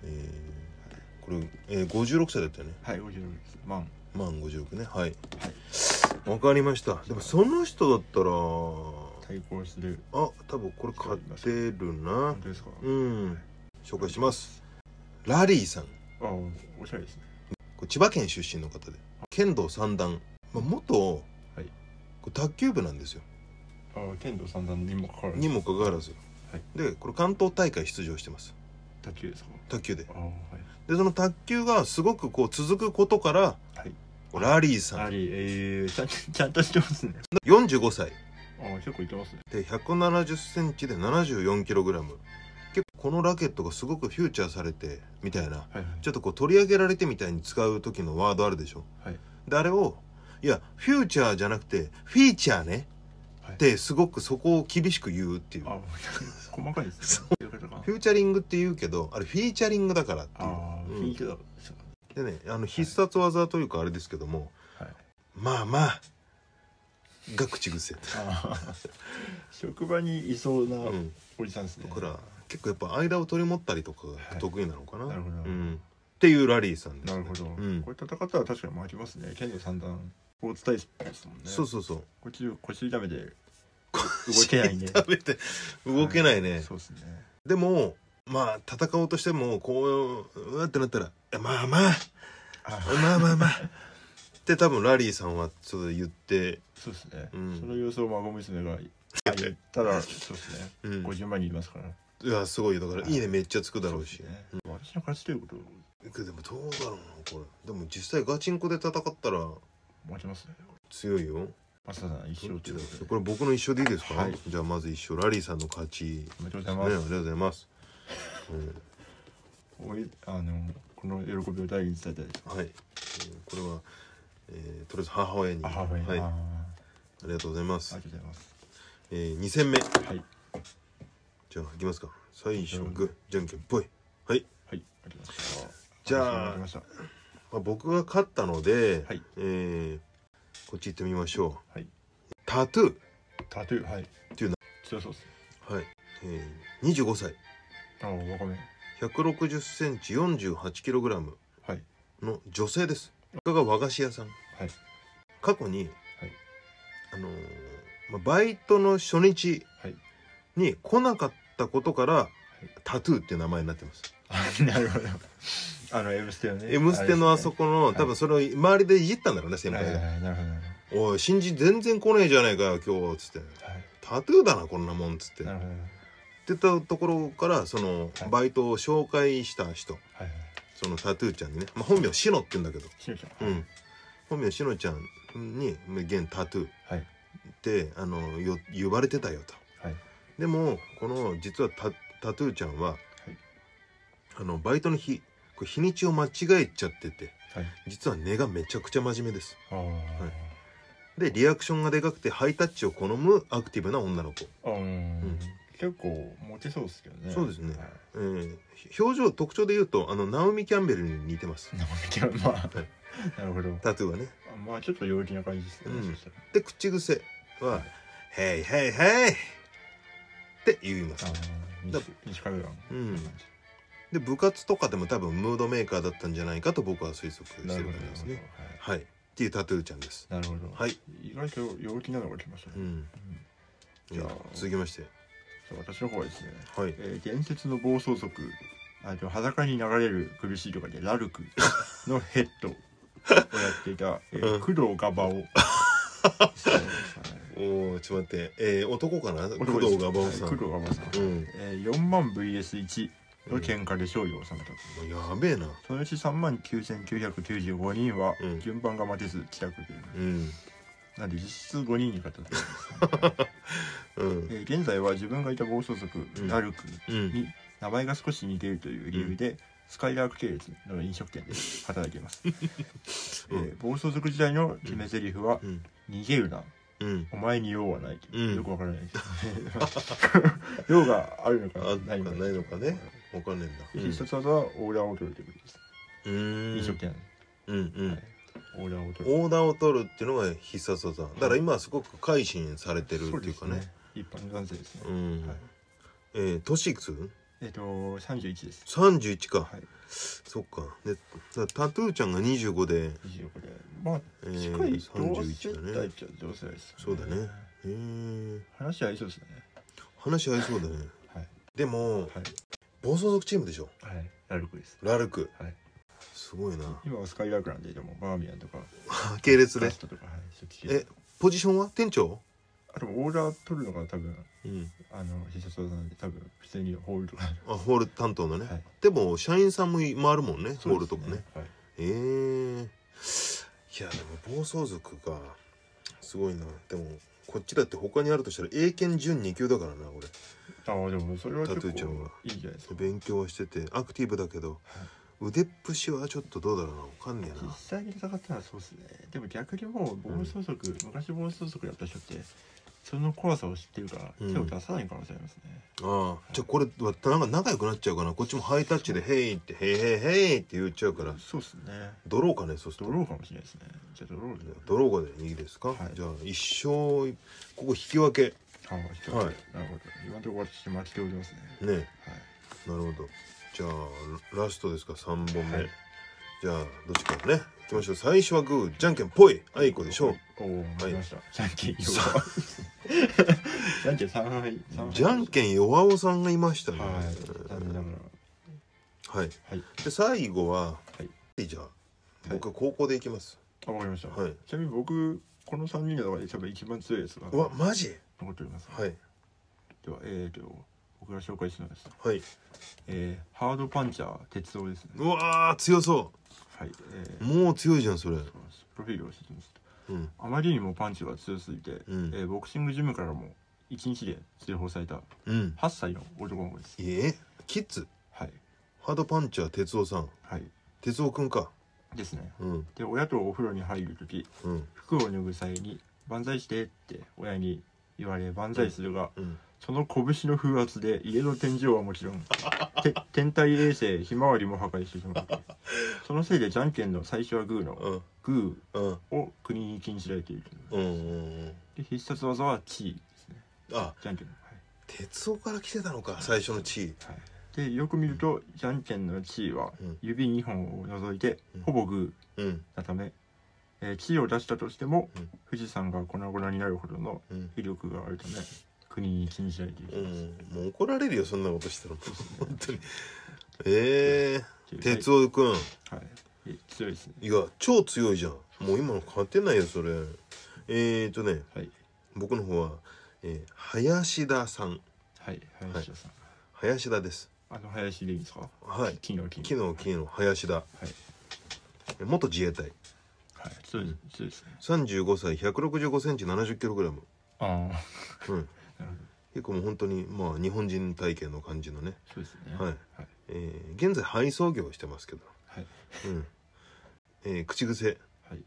Speaker 1: えー、これ、えー、56歳だったよね
Speaker 2: はい、おいです。マン。
Speaker 1: 満56ねはいわ、かりましたでもその人だったらあ
Speaker 2: 対抗する。
Speaker 1: 多分これ勝てるな
Speaker 2: 本当ですか。
Speaker 1: うん紹介しますラリーさん
Speaker 2: ああ、おしゃれですね。
Speaker 1: こう千葉県出身の方で剣道三段、まあ、元、
Speaker 2: はい
Speaker 1: こう卓球部なんですよ
Speaker 2: ああ、剣道三段にもかかわらず
Speaker 1: にもかかわらず、
Speaker 2: はい
Speaker 1: でこれ関東大会出場してます
Speaker 2: 卓球ですか。
Speaker 1: 卓球でで
Speaker 2: ああ、はい。
Speaker 1: その卓球がすごくこう続くことから、
Speaker 2: はい
Speaker 1: こうラリーさ
Speaker 2: あ
Speaker 1: ん
Speaker 2: り、ええー、ちゃんちゃんとしてますね。
Speaker 1: 45歳
Speaker 2: ああ、結構いけますね。
Speaker 1: で1 7 0ンチで7 4キログラム結構このラケットがすごくフューチャーされてみたいな
Speaker 2: はいはい。
Speaker 1: ちょっとこう取り上げられてみたいに使う時のワードあるでしょ、
Speaker 2: はい
Speaker 1: であれをいやフューチャーじゃなくてフィーチャーね
Speaker 2: はい
Speaker 1: ってすごくそこを厳しく言うっていう
Speaker 2: あ細かいですねそういうことか
Speaker 1: フューチャリングって言うけどあれフィーチャリングだからっていう
Speaker 2: ああ、
Speaker 1: うん
Speaker 2: フィーチャーそう
Speaker 1: でねあの必殺技というかあれですけども、
Speaker 2: はい
Speaker 1: まあまあが口癖、
Speaker 2: あー職場にいそうな
Speaker 1: うん、
Speaker 2: おじさんですね、
Speaker 1: 僕ら結構やっぱ間を取り持ったりとかが
Speaker 2: い
Speaker 1: 得意なのかな、
Speaker 2: なるほど
Speaker 1: うん、っていうラリーさんです、
Speaker 2: な
Speaker 1: ね、
Speaker 2: るほど、
Speaker 1: うん
Speaker 2: これ戦ったら確かに負けますね剣道三段大伝えスポーツだもんね
Speaker 1: そうそうそう
Speaker 2: 腰腰痛めて 動けないね
Speaker 1: 食べて動けないね、
Speaker 2: そうですね
Speaker 1: でもまあ戦おうとしてもこううわってなったらいや「まあまあ
Speaker 2: あ
Speaker 1: まあまあまあ」って多分ラリーさんはちょっと言って、
Speaker 2: そうですね、
Speaker 1: うん
Speaker 2: その様子を孫娘があ言ったらそうですね
Speaker 1: うん、
Speaker 2: 50万人いますから、
Speaker 1: いやすごいだから「いいね」めっちゃつくだろうし
Speaker 2: そうですね私の勝ちということ
Speaker 1: でもどうだろうなこれでも実際ガチンコで戦ったら
Speaker 2: 負けますね
Speaker 1: 強いよ
Speaker 2: マサさん一
Speaker 1: ど
Speaker 2: 生
Speaker 1: っ
Speaker 2: と
Speaker 1: ち
Speaker 2: い
Speaker 1: だ
Speaker 2: う
Speaker 1: っ
Speaker 2: こ
Speaker 1: け
Speaker 2: とで
Speaker 1: これ僕の一緒でいいですか、
Speaker 2: はい
Speaker 1: じゃあまず一緒ラリーさんの勝ちね
Speaker 2: おめでとうござい
Speaker 1: あ
Speaker 2: ま
Speaker 1: り
Speaker 2: す、
Speaker 1: がとうございます、うん
Speaker 2: おいあのこの喜びを大事に伝えたいです
Speaker 1: はい、えーこれは、えーとりあえず母親に
Speaker 2: あはい、
Speaker 1: はい、
Speaker 2: あー
Speaker 1: あ
Speaker 2: あ
Speaker 1: りがとうございま
Speaker 2: り
Speaker 1: す
Speaker 2: がとうございます
Speaker 1: えー、2戦目
Speaker 2: はい
Speaker 1: じゃあいきますか最初グーじゃんけんぽいはい、
Speaker 2: はいありがとうございました
Speaker 1: じゃあ
Speaker 2: ありがとうございました
Speaker 1: まあ、僕が勝ったので、
Speaker 2: はい
Speaker 1: えーこっち行ってみましょう、
Speaker 2: はい
Speaker 1: タトゥ
Speaker 2: タトゥーはいって
Speaker 1: いうな
Speaker 2: 強そうですね
Speaker 1: ーはい、えー、25歳
Speaker 2: ああわかめ
Speaker 1: 1 6 0ンチ4 8ラム
Speaker 2: はい
Speaker 1: の女性です他が和菓子屋さん
Speaker 2: はい
Speaker 1: 過去に、
Speaker 2: はい
Speaker 1: あのーまあ、バイトの初日
Speaker 2: はい
Speaker 1: に来なかったことから、タトゥーっていう名前になってます
Speaker 2: あなるほどあの M ステの
Speaker 1: 「
Speaker 2: ね
Speaker 1: M ステ」のあそこの、
Speaker 2: い
Speaker 1: 多分それを周りでいじったんだろうね
Speaker 2: れ
Speaker 1: 先
Speaker 2: です
Speaker 1: 輩
Speaker 2: ね
Speaker 1: が
Speaker 2: はいはいなるほどなる
Speaker 1: 「おい新人全然来ねえじゃねえかよ今日」つって
Speaker 2: ほどはい
Speaker 1: 「タトゥーだなこんなもん」つって
Speaker 2: な
Speaker 1: っ
Speaker 2: るほどはい
Speaker 1: てたところからその
Speaker 2: はい
Speaker 1: バイトを紹介した人
Speaker 2: はい
Speaker 1: そのタトゥーちゃんにね、まあ、本名シノって言うんだけど
Speaker 2: しのちゃ
Speaker 1: うんん本名シノちゃんに現タトゥー
Speaker 2: はい
Speaker 1: ってあのよ呼ばれてたよと
Speaker 2: はい
Speaker 1: でもこの実はタタトゥーちゃんは、あのバイトの日これ日にちを間違えちゃってて
Speaker 2: はい
Speaker 1: 実は根がめちゃくちゃ真面目です
Speaker 2: ああ
Speaker 1: はいでリアクションがでかくてハイタッチを好むアクティブな女の子、
Speaker 2: あうん
Speaker 1: うん
Speaker 2: 結構モテそうですけどね
Speaker 1: そうですね
Speaker 2: はい
Speaker 1: えー表情特徴で言うとあのナオミ・キャンベルに似てます
Speaker 2: なんかでもまあ
Speaker 1: はい
Speaker 2: なるほど
Speaker 1: タトゥーはね
Speaker 2: あまあちょっと陽気な感じですね、
Speaker 1: うん
Speaker 2: そしたら
Speaker 1: で口癖は「ヘイヘイヘイ!」って言います
Speaker 2: あ
Speaker 1: だ
Speaker 2: ー西西海岸
Speaker 1: うんで部活とかでも多分ムードメーカーだったんじゃないかと僕は推測して
Speaker 2: なる
Speaker 1: る
Speaker 2: ほど
Speaker 1: わけですねはいっていうタトゥーちゃんです
Speaker 2: なるほど、
Speaker 1: はい
Speaker 2: 意外と陽気なのが来ましたね、
Speaker 1: うん
Speaker 2: うん
Speaker 1: じゃ
Speaker 2: じゃあ
Speaker 1: あ続きまして
Speaker 2: じゃあ私の方はですね
Speaker 1: はい
Speaker 2: えー伝説の暴走族あと裸に流れる苦しいとかでラルクのヘッドをやってい た、えー
Speaker 1: うん
Speaker 2: 工藤ガバ オそうですね
Speaker 1: おおちょっと待ってえー男かな工
Speaker 2: 男です
Speaker 1: 藤がばおさ
Speaker 2: は
Speaker 1: ん
Speaker 2: い工藤ガバオさん、
Speaker 1: うん
Speaker 2: えー、4万 VS1 の喧嘩で勝利を収めた、
Speaker 1: もうやべえな
Speaker 2: そのうち3万9995人は
Speaker 1: うん
Speaker 2: 順番が待てず帰宅という、
Speaker 1: うん
Speaker 2: なんで実質5人に勝ったという
Speaker 1: うん
Speaker 2: えー現在は自分がいた暴走族
Speaker 1: うん
Speaker 2: ラルク
Speaker 1: うん
Speaker 2: に名前が少し似ているという理由で、スカイラーク系列の飲食店で働いて います、
Speaker 1: うん
Speaker 2: えー暴走族時代の決め台詞は
Speaker 1: うん
Speaker 2: 「逃げるな
Speaker 1: うん
Speaker 2: お前に用はない」
Speaker 1: うん
Speaker 2: よくわか らないです 用があるのか
Speaker 1: あん
Speaker 2: ない
Speaker 1: か
Speaker 2: のか
Speaker 1: ないのかねわかんねえ
Speaker 2: で
Speaker 1: んだ
Speaker 2: 必殺技はオーダーを取るということで
Speaker 1: う
Speaker 2: す、
Speaker 1: んうん
Speaker 2: 飲食店
Speaker 1: うんう
Speaker 2: なんんで、はい、オーダーを取る
Speaker 1: オーダーを取るっていうのが必殺技だから今はすごく改心されてるっていうかね
Speaker 2: そです一般の男性ですね、
Speaker 1: うん
Speaker 2: はい
Speaker 1: えー年いくつ
Speaker 2: えっ、と31です
Speaker 1: ?31 か
Speaker 2: はい
Speaker 1: そっかでだタトゥーちゃんが25で
Speaker 2: 25でまあ
Speaker 1: えー
Speaker 2: 近い同世
Speaker 1: 31だ
Speaker 2: 代っ
Speaker 1: ね
Speaker 2: ちゃ同世代ですよ
Speaker 1: そうだねえー
Speaker 2: 話合いそうですね
Speaker 1: 話合いそうだね
Speaker 2: はい
Speaker 1: でも、
Speaker 2: はい
Speaker 1: 暴走族チームでしょ
Speaker 2: はい、ラルクです。
Speaker 1: ラルク
Speaker 2: はい。
Speaker 1: すごいな
Speaker 2: 今はスカイラークなんで、でもバーミヤンとか、
Speaker 1: 系列
Speaker 2: ガ
Speaker 1: で
Speaker 2: ストとか、はい、そっち系
Speaker 1: えポジションは店長
Speaker 2: あとオーダー取るのが多分、
Speaker 1: うん
Speaker 2: あの、必殺技なんで、多分、普通にホールとか。は
Speaker 1: あホール担当のね、
Speaker 2: い。
Speaker 1: でも社員さんも回るもんねホールとか
Speaker 2: そう
Speaker 1: ね
Speaker 2: です。はい。
Speaker 1: えー、いやでも暴走族かすごいなでもこっちだって他にあるとしたら英検準2級だからなこれ
Speaker 2: ああ、でも、それは結
Speaker 1: タトゥーちゃんは
Speaker 2: 構いいんじゃないですか。
Speaker 1: 勉強はしててアクティブだけど、腕っぷしはちょっとどうだろうなわかんねえ
Speaker 2: 実
Speaker 1: な
Speaker 2: 際に戦ったらそうっすねでも逆にもう暴走族、昔暴走族やった人ってその怖さを知ってるから
Speaker 1: うん
Speaker 2: 手を出さない可能性ありますね、
Speaker 1: ああじゃあこれなんか仲良くなっちゃうかなこっちもハイタッチで「ヘイ」って「ヘイヘイヘイ」って言っちゃうから
Speaker 2: そうっすね
Speaker 1: ドローかねそうする
Speaker 2: ド
Speaker 1: と
Speaker 2: ローかもしれないですねじゃあドローで
Speaker 1: ドローがでいいですか、
Speaker 2: はい
Speaker 1: じゃあ一生ここ引き分け
Speaker 2: ああ一つ
Speaker 1: はい
Speaker 2: なるほど今のところ私負けておりますね
Speaker 1: ね
Speaker 2: はい
Speaker 1: なるほどじゃあララストですか3本目、
Speaker 2: はい
Speaker 1: じゃあどっちからねいきましょう最初はグーじゃんけんぽいあいこでしょう
Speaker 2: おお負けました、じゃんけん弱 じゃんけん三敗三敗
Speaker 1: じゃんけん弱おさんがいましたね
Speaker 2: はい残念ながら
Speaker 1: はい、
Speaker 2: はい
Speaker 1: で最後は、
Speaker 2: は
Speaker 1: じゃあ僕は高校でいきます、
Speaker 2: あわかりました、
Speaker 1: はい
Speaker 2: ちなみに僕この三人の中で多分一番強いやつが
Speaker 1: うわマジ
Speaker 2: 残っております、
Speaker 1: はい
Speaker 2: ではえーと僕が紹介するのはですね
Speaker 1: はい
Speaker 2: えー、ハードパンチャー鉄道ですね
Speaker 1: うわー強そ
Speaker 2: はいえ
Speaker 1: う
Speaker 2: ー
Speaker 1: もう強いじゃんそれう
Speaker 2: そうですプロフィールを説明する
Speaker 1: ん
Speaker 2: とあまりにもパンチが強すぎて、
Speaker 1: うん
Speaker 2: えーボクシングジムからも1日で追放された
Speaker 1: うん
Speaker 2: 8歳の男の子です
Speaker 1: えキッズ
Speaker 2: はい
Speaker 1: ハードパンチャー哲夫さん
Speaker 2: はい
Speaker 1: 哲夫くんか
Speaker 2: ですね
Speaker 1: うん
Speaker 2: で親とお風呂に入る時
Speaker 1: うん
Speaker 2: 服を脱ぐ際に「万歳して」って親に言われ万歳するが、
Speaker 1: うん
Speaker 2: その拳の風圧で家の天井はもち ろんて天体衛星ひまわりも破壊してしまったそのせいでじゃんけんの最初はグーの
Speaker 1: うん
Speaker 2: グ
Speaker 1: うん
Speaker 2: ーを国に禁じられている
Speaker 1: うんうんうん
Speaker 2: で必殺技はチーですね
Speaker 1: あ
Speaker 2: じゃんけんの
Speaker 1: 哲夫から来てたのか最初の地位
Speaker 2: はい、はい、でよく見るとじゃんけんのチーは
Speaker 1: うん
Speaker 2: 指2本を除いて
Speaker 1: うん
Speaker 2: ほぼグ
Speaker 1: うん
Speaker 2: ーなため、えー、チーを出したとしても、
Speaker 1: うん
Speaker 2: 富士山が粉々になるほどの
Speaker 1: うん
Speaker 2: 威力があるため国に禁じられてい
Speaker 1: う
Speaker 2: る
Speaker 1: ん
Speaker 2: とい
Speaker 1: もう怒られるよそんなことしたらもう本当にええ
Speaker 2: う
Speaker 1: 哲夫くん
Speaker 2: はい、はい、強いですね
Speaker 1: いや超強いじゃんもう今の勝てないよそれえーとね
Speaker 2: はい
Speaker 1: 僕の方は、えー林田さん
Speaker 2: はい林田さん、
Speaker 1: 林田です
Speaker 2: あの林でいいんですか
Speaker 1: はい
Speaker 2: 金の金
Speaker 1: 昨日昨日林田
Speaker 2: はい
Speaker 1: え元自衛隊
Speaker 2: はいそうですそうですね
Speaker 1: 35歳1 6 5センチ7 0キログラム
Speaker 2: ああ
Speaker 1: うん
Speaker 2: なるほど
Speaker 1: 結構もう本当にまあ日本人体型の感じのね、
Speaker 2: そうですね
Speaker 1: はい
Speaker 2: はい
Speaker 1: えー現在配送業をしてますけど、
Speaker 2: はい
Speaker 1: うんえー口癖
Speaker 2: はい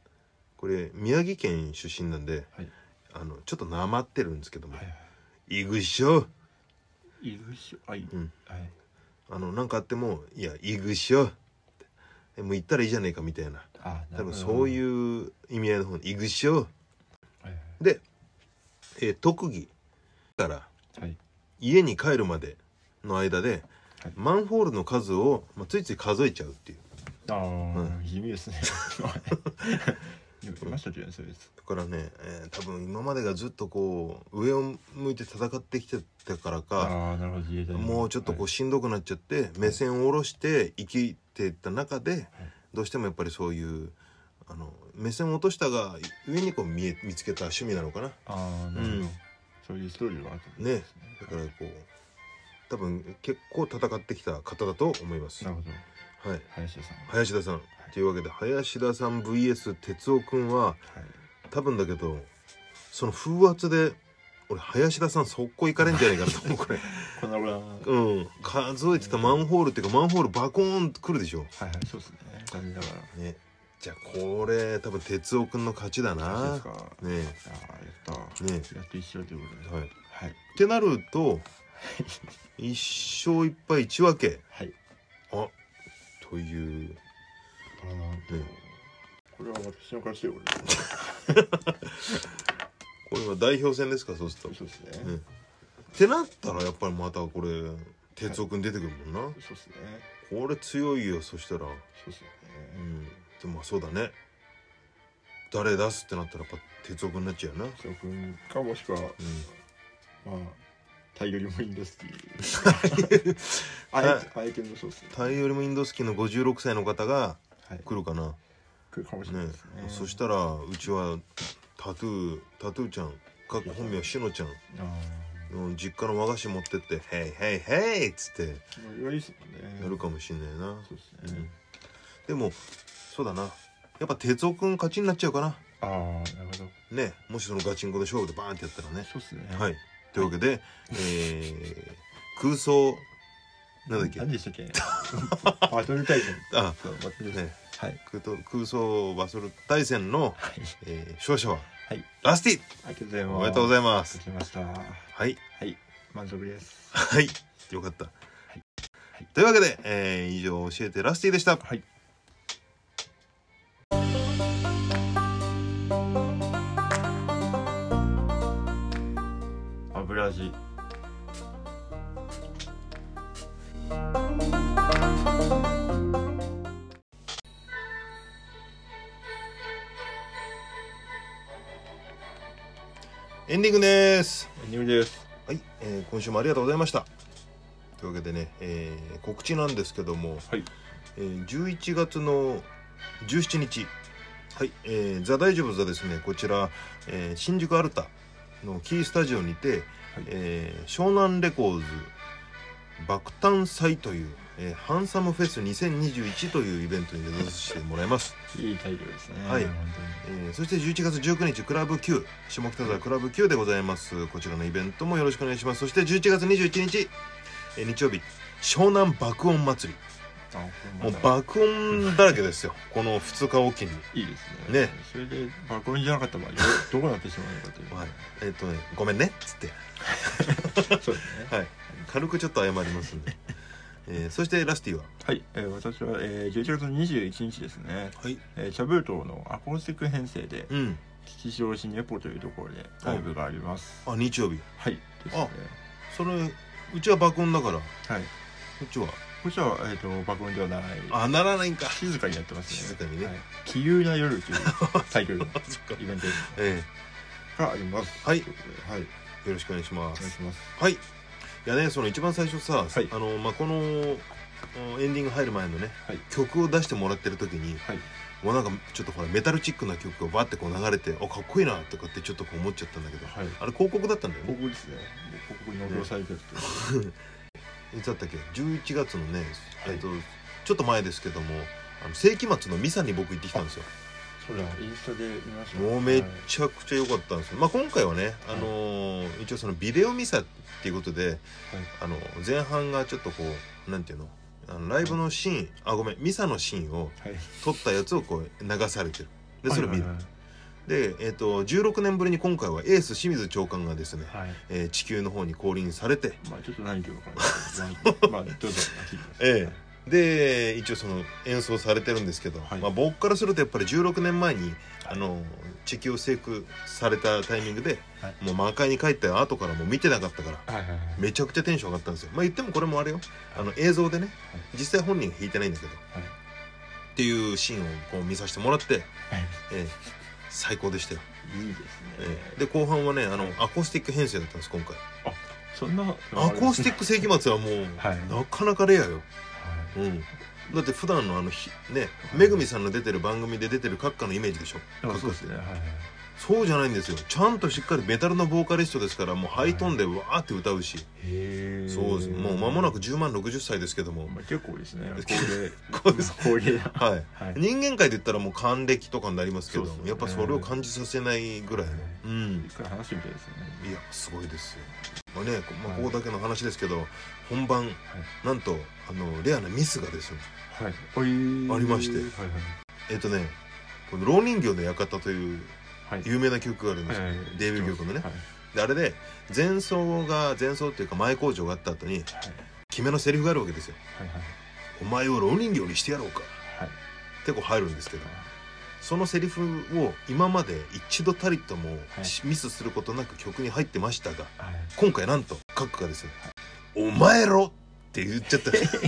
Speaker 1: これ宮城県出身なんで
Speaker 2: はい
Speaker 1: あのちょっとなまってるんですけども
Speaker 2: はいは
Speaker 1: 「いぐっしょ
Speaker 2: いいぐしょあい、
Speaker 1: ん
Speaker 2: はい」
Speaker 1: あのなんかあっても「いやいぐっしょ」ってえもう行ったらいいじゃねえかみたいな
Speaker 2: あ
Speaker 1: 多分そう
Speaker 2: う
Speaker 1: いう意味合いの方に「いぐっしょ
Speaker 2: はい」
Speaker 1: で、えー特技から
Speaker 2: はい
Speaker 1: 家に帰るまでの間で
Speaker 2: はい
Speaker 1: マンホールの数を、まあ、ついつい数えちゃうっていう
Speaker 2: ああ、
Speaker 1: う
Speaker 2: 地味です ねよくいましたけどねそうです
Speaker 1: だからね、えー多分今までがずっとこう上を向いて戦ってきてたから
Speaker 2: あ
Speaker 1: か
Speaker 2: あなるほど自衛隊の
Speaker 1: もうちょっとこうしんどくなっちゃって、目線を下ろして生きてった中で、どうしてもやっぱりそういうあの目線を落としたが上にこう見え見つけた趣味なのかな。
Speaker 2: はい、ああなるほど、
Speaker 1: うん
Speaker 2: そういうストーリーがあったん
Speaker 1: ね
Speaker 2: すね
Speaker 1: だからこう多分結構戦ってきた方だと思います。
Speaker 2: な
Speaker 1: は
Speaker 2: るほど
Speaker 1: い、
Speaker 2: 林田さんは
Speaker 1: 林田さん、というわけで林田さん VS 哲夫くんは
Speaker 2: はい
Speaker 1: 多分だけどその風圧で俺林田さん速攻行かれんじゃないかなと思う これ
Speaker 2: こんな裏は
Speaker 1: うん数えてたマンホールっていうかマンホールバコーンってくるでしょ
Speaker 2: いはいそうですね残念ながら
Speaker 1: ねじゃあこれ多分哲夫くんの勝ちだ
Speaker 2: そうで
Speaker 1: な
Speaker 2: すか
Speaker 1: ね
Speaker 2: ああやった、
Speaker 1: ね
Speaker 2: やっと一緒というこ
Speaker 1: え
Speaker 2: とで
Speaker 1: はいっ
Speaker 2: はい
Speaker 1: てなると 一勝一敗一分け
Speaker 2: はい
Speaker 1: あという
Speaker 2: あー
Speaker 1: ね
Speaker 2: これは私の勝ちよこ
Speaker 1: これは代表戦ですかそうす
Speaker 2: れ
Speaker 1: ると
Speaker 2: そうですね、
Speaker 1: ねってなったらやっぱりまたこれ哲夫くん出てくるもんな、
Speaker 2: そうですね
Speaker 1: これ強いよそしたら
Speaker 2: そうです
Speaker 1: う
Speaker 2: ね
Speaker 1: んでもまあそうだね誰出すってなったらやっぱ哲夫くんになっちゃうよな
Speaker 2: 翔くんかもしくは
Speaker 1: う
Speaker 2: まあタイよりもインドスキー
Speaker 1: ん
Speaker 2: あえてあえてのそうですね
Speaker 1: タイよりもインドスキーの56歳の方が
Speaker 2: はい
Speaker 1: 来るかな
Speaker 2: 来るかもしれない
Speaker 1: ね
Speaker 2: ですね
Speaker 1: そしたらうちはタトゥータトゥーちゃんかっこ本名しのちゃん
Speaker 2: あ
Speaker 1: の実家の和菓子持ってって「ヘイヘイヘイ!」っつって
Speaker 2: ーノリはいいですもんね
Speaker 1: やるかもしんないな、
Speaker 2: そうで
Speaker 1: う
Speaker 2: す
Speaker 1: ん
Speaker 2: ね、
Speaker 1: でもそうだなやっぱ哲夫くん勝ちになっちゃうかな
Speaker 2: ああなるほど
Speaker 1: ねもしそのガチンコで勝負でバーンってやったらね
Speaker 2: そうですね
Speaker 1: はいというわけで、えー、空想なんだっけ
Speaker 2: 何でしたっけバトル大戦
Speaker 1: あ
Speaker 2: そうバトル
Speaker 1: ね
Speaker 2: はい
Speaker 1: 空と空想バトル大戦の、
Speaker 2: はい
Speaker 1: えー勝者は、
Speaker 2: はい
Speaker 1: ラスティ
Speaker 2: ありがとうございます
Speaker 1: おめでとうございま
Speaker 2: ますきましたは
Speaker 1: はい
Speaker 2: い満足です
Speaker 1: はいよかった、
Speaker 2: いはい
Speaker 1: というわけで、えー以上教えてラスティでした
Speaker 2: はい油味
Speaker 1: エンディングです
Speaker 2: エンディングです
Speaker 1: はい、えー今週もありがとうございましたというわけでね、えー告知なんですけども、
Speaker 2: はい
Speaker 1: えー11月の17日はい、えー、ザ・大丈夫ザですねこちら、えー新宿アルタのキースタジオにて、えー湘南レコーズ爆誕祭という、えーハンサムフェス2021というイベントに出させてもらいます、
Speaker 2: いいタイトルですね
Speaker 1: はい
Speaker 2: 本
Speaker 1: えーそして11月19日クラブ Q 下北沢クラブ Q でございますこちらのイベントもよろしくお願いしますそして11月21日、えー日曜日湘南爆音祭
Speaker 2: 当にあ
Speaker 1: り
Speaker 2: ほ
Speaker 1: も
Speaker 2: ん
Speaker 1: う
Speaker 2: まだ
Speaker 1: 爆音だらけですよ この2日おきに
Speaker 2: いいですね
Speaker 1: ね
Speaker 2: それで爆音じゃなかった場合どどこになってしまうのかという、
Speaker 1: はいえっ、とねごめんねっつって
Speaker 2: そうですね
Speaker 1: はい軽くちょっと謝ります んで、えーそしてラスティは
Speaker 2: はい、えー私は、えー、11月21日ですね、
Speaker 1: はい
Speaker 2: えー、チャブートのアコースティック編成で
Speaker 1: うん
Speaker 2: 吉祥寺ネポというところでライブがあります
Speaker 1: あ日曜日
Speaker 2: はいですね
Speaker 1: それうちは爆音だからこ
Speaker 2: はい
Speaker 1: っちは
Speaker 2: こちらは、えー、と爆音ではない
Speaker 1: あならないんか
Speaker 2: 静かにやってますね
Speaker 1: 静かにね
Speaker 2: はい、奇遇な 夜というタイトルの
Speaker 1: そっか
Speaker 2: イベント
Speaker 1: え
Speaker 2: があります
Speaker 1: はい
Speaker 2: とうことではいお
Speaker 1: えよろしくお願いします
Speaker 2: 願いします
Speaker 1: はい。いやね、その一番最初さ、
Speaker 2: はい
Speaker 1: あの、まあ、この、うんエンディング入る前のね、
Speaker 2: はい
Speaker 1: 曲を出してもらってる時に、
Speaker 2: はい
Speaker 1: もうなんかちょっとほらメタルチックな曲がバッてこう流れてあかっこいいなとかってちょっとこう思っちゃったんだけど
Speaker 2: はい
Speaker 1: あれ広告だったんだよ
Speaker 2: こ
Speaker 1: ね
Speaker 2: こですねここに乗り押されてるという
Speaker 1: いつだったっけ11月のね、
Speaker 2: は
Speaker 1: え
Speaker 2: い
Speaker 1: っとちょっと前ですけどもあの世紀末のミサに僕行ってきたんですよ
Speaker 2: そうだインスタで見ました
Speaker 1: もうめっちゃくちゃ良かったんですよ、まあ、今回はね、あのー一応そのビデオミサっていうことで、あの前半がちょっとこうなんていうのあのライブのシーンあごめんミサのシーンを
Speaker 2: はい、はい
Speaker 1: 撮ったやつをこう流されてるでそれを見る、
Speaker 2: はい
Speaker 1: で、えっと16年ぶりに今回はエース清水長官がですね、
Speaker 2: はいはいはい
Speaker 1: えー地球の方に降臨されて
Speaker 2: まあちょっと何言ってるのか 分かんないですけどまあどうぞ聞いてくだ
Speaker 1: え
Speaker 2: さい
Speaker 1: で一応その演奏されてるんですけど、
Speaker 2: はい
Speaker 1: まあ、僕からするとやっぱり16年前にあの地球を征服されたタイミングで、
Speaker 2: はい
Speaker 1: もう魔界に帰った後からもう見てなかったから
Speaker 2: はいはいはい
Speaker 1: めちゃくちゃテンション上がったんですよまあ言ってもこれもあれよあの映像でね、
Speaker 2: はい
Speaker 1: 実際本人が弾いてないんだけど、っていうシーンをこう見させてもらって、ええ最高でしたよ、
Speaker 2: いいですね
Speaker 1: ええで後半はねあのアコースティック編成だったんです今回
Speaker 2: そんな
Speaker 1: アコースティ
Speaker 2: ッ
Speaker 1: ック世紀末はもう、
Speaker 2: はい
Speaker 1: なかなかレアよ、うん、だって普段のあのひねめぐみさんの出てる番組で出てる閣下のイメージでしょ
Speaker 2: クそうですねはい
Speaker 1: そうじゃないんですよちゃんとしっかりメタルのボーカリストですからもうハイトーンでわーって歌うし、
Speaker 2: へえ
Speaker 1: そうですもう間もなく10万60歳ですけども、
Speaker 2: まあ結構で すね
Speaker 1: こ
Speaker 2: 高
Speaker 1: うです
Speaker 2: 齢高 齢な
Speaker 1: はい
Speaker 2: はい
Speaker 1: 人間界で言ったらもう還暦とかになりますけど
Speaker 2: そうそう
Speaker 1: やっぱそれを感じさせないぐらいの、うん
Speaker 2: 一回話してみたいですね
Speaker 1: いやすごいですよ、まあねこまあ、
Speaker 2: はい
Speaker 1: ここだけの話ですけど、本番、なんとあのレアなミスがですね
Speaker 2: はいおい
Speaker 1: ありまして
Speaker 2: はい
Speaker 1: えっ、とねこの「蝋人形の館」という
Speaker 2: はいはい
Speaker 1: 有名な曲があるんですよ、
Speaker 2: はいはい
Speaker 1: デビュー曲のね、
Speaker 2: はい
Speaker 1: であれで前奏が前奏っていうか前工場があった後に決めのセリフがあるわけですよ
Speaker 2: はいはい
Speaker 1: 「お前を蝋人形にしてやろうか」
Speaker 2: はい
Speaker 1: ってこう入るんですけどそのセリフを今まで一度たりとも
Speaker 2: はい
Speaker 1: しミスすることなく曲に入ってましたが
Speaker 2: はい
Speaker 1: 今回なんとカックがですね「お前ろ!」って言っちゃったん ですよ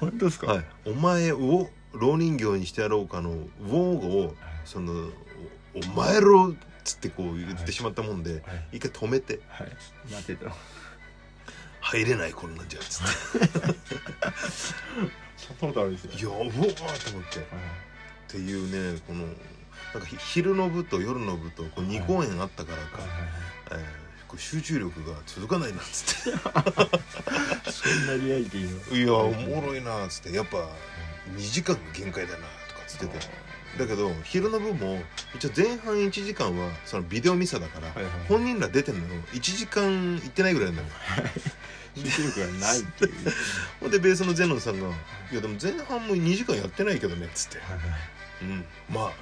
Speaker 2: 本当ですか
Speaker 1: はい「お前を老人形にしてやろうか」の「ウォーをその「おお前ろ!」っつってこう言ってしまったもんで
Speaker 2: はい
Speaker 1: 一回止めて
Speaker 2: はい待ってた
Speaker 1: 「入れないこんなんじゃ」っつっ
Speaker 2: そんなことあるんですよ
Speaker 1: て「いやうおー!」と思ってっていうねこのなんかひ昼の部と夜の部とこう2公演あったからか、えーこう集中力が続かないなっつ って。
Speaker 2: そんなリアリティの
Speaker 1: いやおもろいなっつってやっぱ2時間が限界だなとかっつっててだけど昼の部も一応前半1時間はそのビデオミサだから
Speaker 2: はいはい
Speaker 1: 本人ら出てんの1時間行ってないぐらいなのよ
Speaker 2: 集中力がないっていう
Speaker 1: ほんでベースのゼノンさんが「いやでも前半も2時間やってないけどね」っつって「うんまあ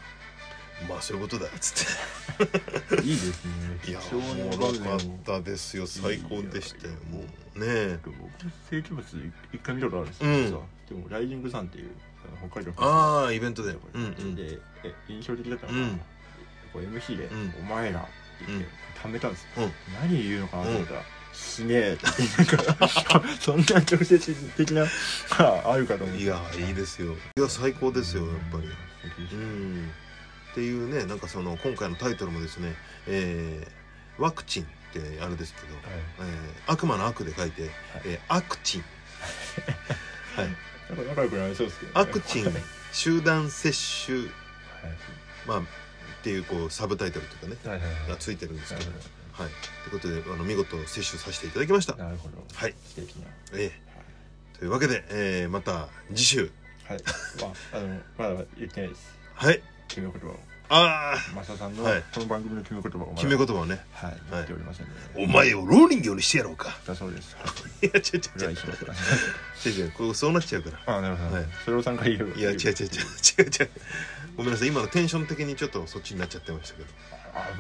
Speaker 1: まあそういうことだ」っつって
Speaker 2: いいですね
Speaker 1: いや
Speaker 2: 貴
Speaker 1: お
Speaker 2: 重な
Speaker 1: も
Speaker 2: 場
Speaker 1: ろ
Speaker 2: 面
Speaker 1: か
Speaker 2: を
Speaker 1: ったですよ最高でしたよ
Speaker 2: いい
Speaker 1: もうね
Speaker 2: 僕成長物一回見たことあるんですけ
Speaker 1: うん
Speaker 2: どさ、でもライジングさんっていうあの北海道の
Speaker 1: ああイベントでうんうん
Speaker 2: でえ印象的だったの
Speaker 1: う
Speaker 2: が、
Speaker 1: ん
Speaker 2: こう MC で、
Speaker 1: うん
Speaker 2: お前ら」って言って
Speaker 1: うん
Speaker 2: 溜めたんですよ、
Speaker 1: うん
Speaker 2: 何言うのかなと思ったら「死ね え」ってなんかそんな直接的な ああるかと思って
Speaker 1: いやいいですよいや最高ですよやっぱりう
Speaker 2: り
Speaker 1: んっていうねなんかその今回のタイトルもですね「えーワクチン」ってあれですけど
Speaker 2: はい
Speaker 1: 「えー悪魔の悪」で書いて「えー、アク チン」はい
Speaker 2: なんか仲良くなりそうですけど、
Speaker 1: アクチン
Speaker 2: はい、
Speaker 1: 集団接種、まあ、っていうこうサブタイトルというかね
Speaker 2: はいはいはい
Speaker 1: がついてるんですけど、
Speaker 2: なる
Speaker 1: はい、ということであの見事接種させていただきました
Speaker 2: ほど。なるほど
Speaker 1: はい
Speaker 2: 素敵な
Speaker 1: ええというわけで、えーまた次週
Speaker 2: はいまああのまだ言ってないです
Speaker 1: はい
Speaker 2: 決め言葉を
Speaker 1: あ
Speaker 2: マサさんの
Speaker 1: はい
Speaker 2: この番組の決め言葉を
Speaker 1: あ
Speaker 2: まだ
Speaker 1: 決め言葉をね
Speaker 2: はい言っておりませんの
Speaker 1: 「
Speaker 2: で
Speaker 1: お前を蝋人形にしてやろうか
Speaker 2: だそうですはい」
Speaker 1: いや違う違
Speaker 2: お
Speaker 1: う違
Speaker 2: 願
Speaker 1: う
Speaker 2: いします
Speaker 1: 違う違うこうそうなっちゃうから
Speaker 2: あなるほど
Speaker 1: はい
Speaker 2: それを参加言う
Speaker 1: いや違う違う違う
Speaker 2: う
Speaker 1: 違う違うごめんなさい今のテンション的にちょっとそっちになっちゃってましたけど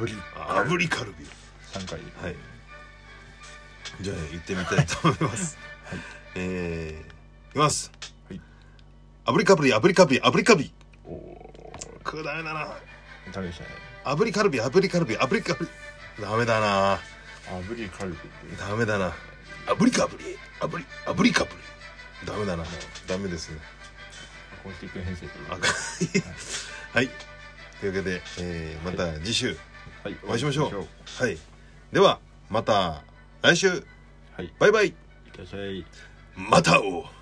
Speaker 2: 炙り
Speaker 1: 炙りカルビ
Speaker 2: 参加言う
Speaker 1: はい。じゃあ行ってみたいと思います。えー、いきます。
Speaker 2: はい。
Speaker 1: 炙りカルビ、炙りカルビ、炙りカルビ。
Speaker 2: おお
Speaker 1: これダメだな。
Speaker 2: ダメでしたね
Speaker 1: 炙りカルビ、炙りカルビ、炙りカルビ。ダメだな。
Speaker 2: 炙りカルビ
Speaker 1: ダメだな。炙りカブリ、炙り、炙りカブリ。ダメだな。ダメですね。
Speaker 2: アコースティック編成という
Speaker 1: あかはい。というわけで、えー、また次週。
Speaker 2: はい
Speaker 1: お会いしましょうはい。では、また来週。
Speaker 2: はいい
Speaker 1: バイバイ。
Speaker 2: ってらっしゃい
Speaker 1: またおう。